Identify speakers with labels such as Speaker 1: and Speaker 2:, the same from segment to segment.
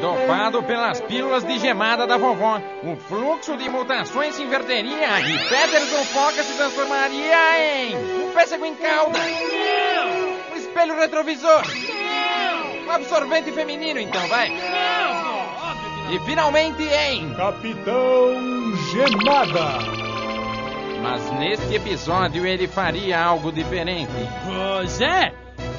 Speaker 1: Dopado pelas pílulas de gemada da vovó, o fluxo de mutações se inverteria e Peterson Foca se transformaria em um pêssego em calda, um espelho retrovisor, um absorvente feminino, então, vai. E finalmente em...
Speaker 2: Capitão Gemada.
Speaker 1: Mas neste episódio ele faria algo diferente.
Speaker 3: Pois é,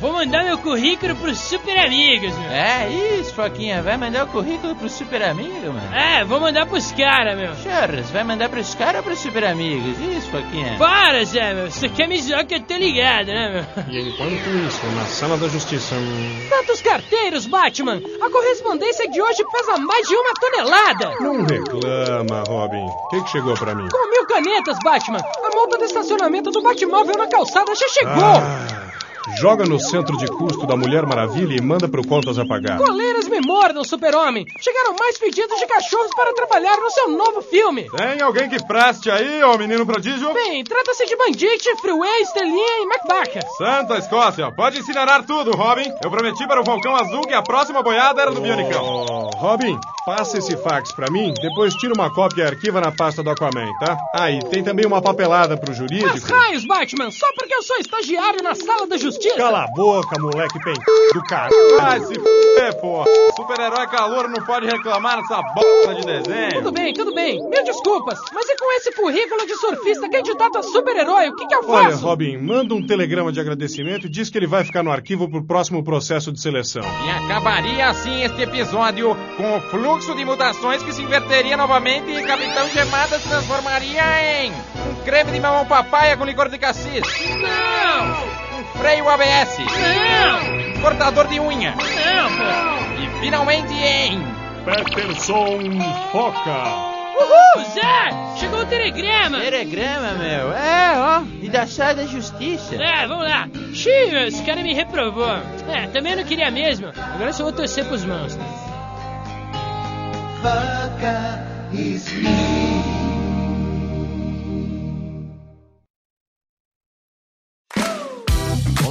Speaker 3: vou mandar meu currículo pros super amigos, meu.
Speaker 1: É isso, Foquinha, vai mandar o currículo pro super amigo, mano?
Speaker 3: É, vou mandar pros caras, meu.
Speaker 1: Charles, vai mandar pros caras ou pros super amigos? Isso, Foquinha.
Speaker 3: Para, Zé, meu. Você quer me zoar que eu tô ligado, né, meu?
Speaker 4: E enquanto isso, na sala da justiça. hum,
Speaker 3: Tantos carteiros, Batman. A correspondência de hoje pesa mais de uma tonelada.
Speaker 4: Não reclama, Robin. O que, que chegou pra mim?
Speaker 3: Com mil canetas, Batman. A multa do estacionamento do Batmóvel na calçada já chegou.
Speaker 4: Ah, joga no centro de custo da Mulher Maravilha e manda pro Contas a pagar.
Speaker 3: Coleiras me mordam, super-homem. Chegaram mais pedidos de cachorros para trabalhar no seu novo filme.
Speaker 4: Tem alguém que preste aí, ô menino prodígio?
Speaker 3: Bem, trata-se de Bandit, Freeway, Estelinha e Macbaca.
Speaker 4: Santa Escócia, pode incinerar tudo, Robin. Eu prometi para o Falcão Azul que a próxima boiada era do Bionicão. Robin, passa esse fax pra mim, depois tira uma cópia e arquiva na pasta do Aquaman, tá? Ah, e tem também uma papelada pro
Speaker 3: Mas
Speaker 4: jurídico.
Speaker 3: raios, Batman, só porque eu sou estagiário na sala da justiça.
Speaker 4: a boca, moleque pen... do cara. Vai se f***, pô. Super-herói calor não pode reclamar dessa bosta de desenho.
Speaker 3: Tudo bem, tudo bem. Mil desculpas, mas é com esse currículo de surfista candidato a super-herói, o que, que eu
Speaker 4: Olha,
Speaker 3: faço?
Speaker 4: Robin, manda um telegrama de agradecimento e diz que ele vai ficar no arquivo pro próximo processo de seleção.
Speaker 1: E acabaria assim este episódio com o fluxo de mutações que se inverteria novamente e Capitão Gemada se transformaria em um creme de mamão papaya com licor de cassis,
Speaker 3: Não!
Speaker 1: um freio ABS,
Speaker 3: Não!
Speaker 1: um cortador de unha
Speaker 3: Não!
Speaker 1: e finalmente em
Speaker 4: Peterson Foca.
Speaker 3: Uhul, Zé! Chegou o telegrama!
Speaker 1: telegrama, meu. É, ó, e da sala da justiça.
Speaker 3: É, vamos lá. Xiii, meu, esse cara me reprovou. É, também não queria mesmo. Agora eu só vou torcer pros monstros.